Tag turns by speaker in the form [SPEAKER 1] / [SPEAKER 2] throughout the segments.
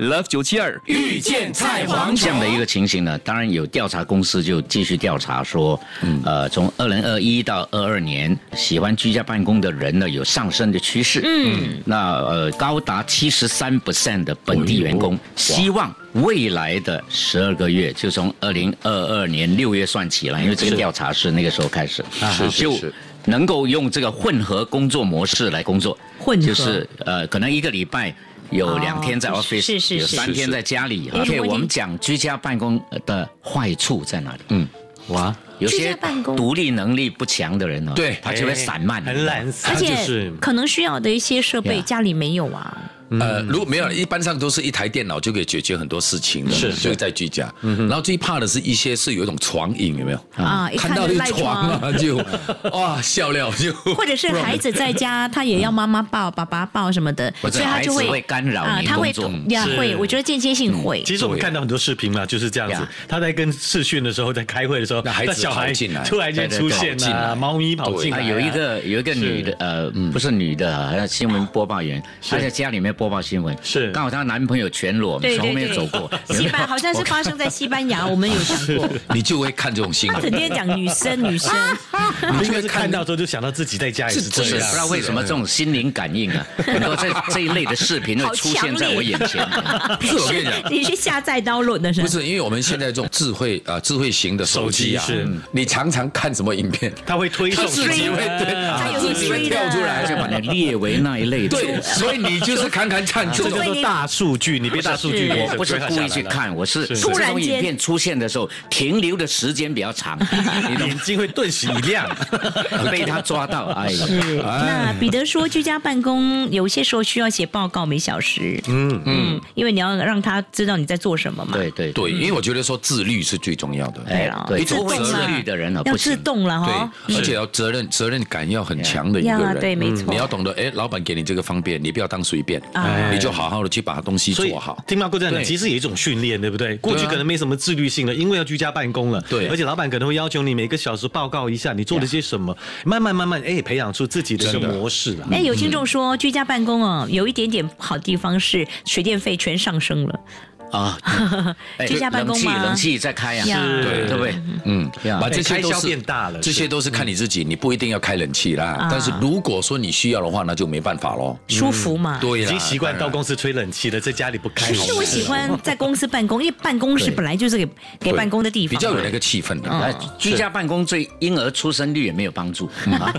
[SPEAKER 1] Love 九七二
[SPEAKER 2] 遇见菜黄
[SPEAKER 3] 这样的一个情形呢，当然有调查公司就继续调查说，呃，从二零二一到二二年，喜欢居家办公的人呢有上升的趋势。嗯，那呃，高达七十三 percent 的本地员工希望未来的十二个月，就从二零二二年六月算起来，因为这个调查嗯是那个时候开始，
[SPEAKER 2] 是是
[SPEAKER 3] 就是能够用这个混合工作模式来工作。
[SPEAKER 4] 混合
[SPEAKER 3] 就是呃，可能一个礼拜。有
[SPEAKER 4] 哦
[SPEAKER 3] 两天在
[SPEAKER 4] 是
[SPEAKER 3] office，、
[SPEAKER 4] 是是
[SPEAKER 3] 有
[SPEAKER 4] 是
[SPEAKER 3] 三
[SPEAKER 2] 是
[SPEAKER 3] 天
[SPEAKER 2] 是
[SPEAKER 3] 在家里。
[SPEAKER 4] 哎
[SPEAKER 3] OK，
[SPEAKER 4] 我已
[SPEAKER 3] 我们
[SPEAKER 4] 经
[SPEAKER 3] 讲居家办公的坏处在哪里？嗯，
[SPEAKER 2] 哇，
[SPEAKER 3] 有
[SPEAKER 4] 居
[SPEAKER 3] 些
[SPEAKER 4] 家办公
[SPEAKER 3] 独立能力不强的人呢，
[SPEAKER 2] 对
[SPEAKER 3] 他就会散漫，
[SPEAKER 5] 很懒散，
[SPEAKER 4] 而且
[SPEAKER 5] 就是
[SPEAKER 4] 可能需要的一些设备
[SPEAKER 3] 呀
[SPEAKER 4] 家里没有啊，
[SPEAKER 2] 呃，如果没有，一般上都是一台电脑就可以解决很多事情的，
[SPEAKER 5] 是
[SPEAKER 2] 所以在居家。然后最怕的是一些是有一种床瘾，有没有？
[SPEAKER 4] 啊，一
[SPEAKER 2] 看到
[SPEAKER 4] 就
[SPEAKER 2] 那
[SPEAKER 4] 赖
[SPEAKER 2] 床 啊，就哇笑了就。
[SPEAKER 4] 或者是孩子在家，他也要妈妈抱、爸爸抱什么的，
[SPEAKER 3] 或
[SPEAKER 4] 所
[SPEAKER 3] 者
[SPEAKER 4] 以他就
[SPEAKER 3] 孩子会干扰
[SPEAKER 4] 啊
[SPEAKER 3] 你
[SPEAKER 4] 他会
[SPEAKER 3] 工作
[SPEAKER 4] 呀
[SPEAKER 5] 是
[SPEAKER 4] 会，我觉得间接性会。
[SPEAKER 5] 其实我们看到很多视频嘛，就是这样子
[SPEAKER 3] 呀。
[SPEAKER 5] 他在跟视讯的时候，在开会的时候，
[SPEAKER 2] 那孩子
[SPEAKER 5] 那小
[SPEAKER 2] 跑
[SPEAKER 5] 孩
[SPEAKER 2] 进来
[SPEAKER 5] 突然间
[SPEAKER 3] 对对
[SPEAKER 5] 出
[SPEAKER 3] 对
[SPEAKER 5] 现
[SPEAKER 2] 跑进来
[SPEAKER 5] 了，猫咪跑进
[SPEAKER 3] 啊，
[SPEAKER 5] 来啊，
[SPEAKER 3] 有一个有一个女的，呃，不是女的，好像新闻播报员，她在家里面播报新闻，
[SPEAKER 5] 是
[SPEAKER 3] 刚好她男朋友全裸，
[SPEAKER 4] 对对
[SPEAKER 3] 从后面
[SPEAKER 4] 对
[SPEAKER 3] 走过， 有没
[SPEAKER 4] 西
[SPEAKER 3] 有
[SPEAKER 4] 班好像是发生在西班牙，我们有讲过，
[SPEAKER 2] 你就会看这种新
[SPEAKER 4] 他整
[SPEAKER 2] 闻，
[SPEAKER 4] 天讲女生女生，
[SPEAKER 5] 你就是看到之后就想到自己在家也是啊
[SPEAKER 3] 不
[SPEAKER 5] 这
[SPEAKER 3] 是，不
[SPEAKER 5] 样
[SPEAKER 3] 知。道为什么这种心灵感应啊，很多这这一类的视频
[SPEAKER 4] 好
[SPEAKER 3] 会出
[SPEAKER 4] 强
[SPEAKER 3] 现在
[SPEAKER 4] 烈
[SPEAKER 3] 我眼前。
[SPEAKER 2] 不是我跟你讲，
[SPEAKER 4] 你 是下载刀论的是
[SPEAKER 2] 不
[SPEAKER 4] 吧？
[SPEAKER 2] 是因为我们现在这种智慧啊、呃智慧型的手机啊
[SPEAKER 5] 手机是，
[SPEAKER 2] 你常常看什么影片？
[SPEAKER 5] 他会推送啊
[SPEAKER 2] 自己会对，啊
[SPEAKER 4] 它有
[SPEAKER 2] 自己会跳出来
[SPEAKER 3] 就把你列为那一类的。
[SPEAKER 2] 对，所以你 就是看看看这
[SPEAKER 5] 这
[SPEAKER 2] 种
[SPEAKER 5] 叫做大数据，你被大数据
[SPEAKER 4] 是
[SPEAKER 5] 给
[SPEAKER 3] 我不是
[SPEAKER 5] 规划
[SPEAKER 3] 故
[SPEAKER 5] 下
[SPEAKER 3] 意
[SPEAKER 5] 来
[SPEAKER 3] 去
[SPEAKER 5] 了，
[SPEAKER 3] 看，我是
[SPEAKER 5] 是
[SPEAKER 3] 这
[SPEAKER 4] 突然
[SPEAKER 3] 种
[SPEAKER 4] 间
[SPEAKER 3] 影片出现的时候，停留的时间比较长，你懂
[SPEAKER 5] 眼睛会顿时一亮。
[SPEAKER 3] 吗？被他抓到，哎呀，
[SPEAKER 4] 是，那彼得说居家办公有些时候需要写报告每小时，嗯嗯，因为你要让他知道你在做什么嘛。
[SPEAKER 3] 对对，
[SPEAKER 2] 对，因为我觉得说自律是最重要的。
[SPEAKER 3] 哎
[SPEAKER 4] 了，
[SPEAKER 3] 对，
[SPEAKER 4] 自
[SPEAKER 3] 不
[SPEAKER 4] 动
[SPEAKER 3] 会自
[SPEAKER 4] 嘛
[SPEAKER 3] 律的人啊，
[SPEAKER 4] 要
[SPEAKER 3] 不
[SPEAKER 4] 自
[SPEAKER 3] 行。
[SPEAKER 4] 动了哈。嗯
[SPEAKER 2] 对，而且要责任责任感要很强的一个
[SPEAKER 4] 哦呀
[SPEAKER 2] 人，
[SPEAKER 4] 对没错
[SPEAKER 2] 你要懂得，哎，老板给你这个方便，你不要当随便，
[SPEAKER 4] 啊
[SPEAKER 2] 你就好好的去把东西
[SPEAKER 5] 所以
[SPEAKER 2] 做好。
[SPEAKER 5] 听到过这样讲，
[SPEAKER 2] 对
[SPEAKER 5] 其实也一种训练，对不对？过去可能没什么自律性了，因为要居家办公了，
[SPEAKER 2] 对
[SPEAKER 5] 而且老板可能会要求你每个小时报告一下你做了些什么，慢慢慢慢，哎，培养出自己的一个
[SPEAKER 2] 真的
[SPEAKER 5] 模式
[SPEAKER 3] 嗯
[SPEAKER 5] 了。
[SPEAKER 4] 哎，有听众说居家办公哦，有一点点好地方是水电费全上升了。
[SPEAKER 3] 啊，哎
[SPEAKER 4] 居家办公
[SPEAKER 3] 冷气
[SPEAKER 4] 吗
[SPEAKER 3] 冷气在开
[SPEAKER 4] 呀
[SPEAKER 3] 呀，
[SPEAKER 4] 是
[SPEAKER 3] 对对不对？
[SPEAKER 2] 嗯，
[SPEAKER 3] 呀
[SPEAKER 2] 把这些都
[SPEAKER 5] 开销
[SPEAKER 2] 是
[SPEAKER 5] 变大了
[SPEAKER 2] 这些都是看你自己，你不一定要开冷气
[SPEAKER 4] 啊
[SPEAKER 2] 啦。但是如果说你需要的话，那就没办法喽。
[SPEAKER 4] 舒服
[SPEAKER 3] 嗯
[SPEAKER 4] 嘛。
[SPEAKER 2] 对
[SPEAKER 5] 已
[SPEAKER 2] 啦，
[SPEAKER 5] 经习惯到公司吹冷气了，在家里不开。
[SPEAKER 4] 可是我喜欢在公司办 公，因为办公室
[SPEAKER 3] 对
[SPEAKER 4] 本来就是给给
[SPEAKER 2] 对
[SPEAKER 4] 办公的地方
[SPEAKER 2] 比
[SPEAKER 4] 嘛，
[SPEAKER 2] 较有那个气氛的。
[SPEAKER 3] 啊，居家办公对婴儿出生率也没有帮助啊，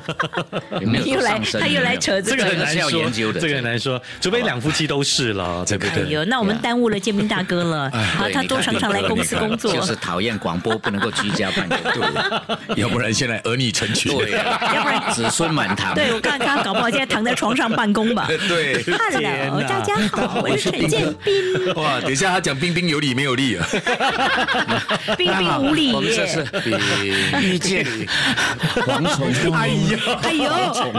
[SPEAKER 3] 也没有
[SPEAKER 4] 又
[SPEAKER 3] 多
[SPEAKER 4] 来
[SPEAKER 3] 上升
[SPEAKER 4] 他又
[SPEAKER 3] 有没
[SPEAKER 4] 来
[SPEAKER 3] 有
[SPEAKER 4] 扯这
[SPEAKER 5] 这
[SPEAKER 4] 个
[SPEAKER 5] 个很
[SPEAKER 3] 这个
[SPEAKER 5] 难
[SPEAKER 3] 是要
[SPEAKER 5] 说
[SPEAKER 3] 研究的
[SPEAKER 5] 这个
[SPEAKER 3] 这个
[SPEAKER 5] 很难说，除非两夫妻都是了，对不
[SPEAKER 4] 哎
[SPEAKER 5] 对？
[SPEAKER 4] 呦，那我们
[SPEAKER 3] 呀
[SPEAKER 4] 耽误了建明大 哥了，好，
[SPEAKER 3] 哎对
[SPEAKER 4] 他
[SPEAKER 3] 你
[SPEAKER 4] 都
[SPEAKER 3] 看
[SPEAKER 4] 常常来公司工作，
[SPEAKER 3] 就是讨厌广播不能够居家办公，
[SPEAKER 2] 要不然现在儿女成群。
[SPEAKER 3] 对，要不然子孙满堂。
[SPEAKER 4] 对我看他搞不好现在躺在床上办 公吧。
[SPEAKER 2] 对
[SPEAKER 5] 天
[SPEAKER 4] Hello，
[SPEAKER 5] 哪
[SPEAKER 4] 大家好，我是陈建 斌，
[SPEAKER 2] 哇，等一下他讲彬彬有礼没有力啊？
[SPEAKER 4] 彬彬无礼
[SPEAKER 3] 我们这
[SPEAKER 4] 耶。
[SPEAKER 3] 是遇见蝗虫公主。
[SPEAKER 4] 哎呦，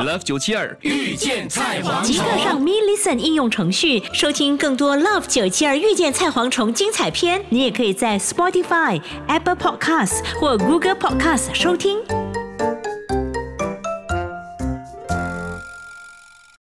[SPEAKER 1] Love 九七二
[SPEAKER 2] 遇见菜黄
[SPEAKER 4] 即刻上 Me Listen 应用程序收听更多 Love 九七二遇见菜蝗虫精彩片。你也可以在 Spotify、Apple Podcasts 或 Google Podcasts 收听。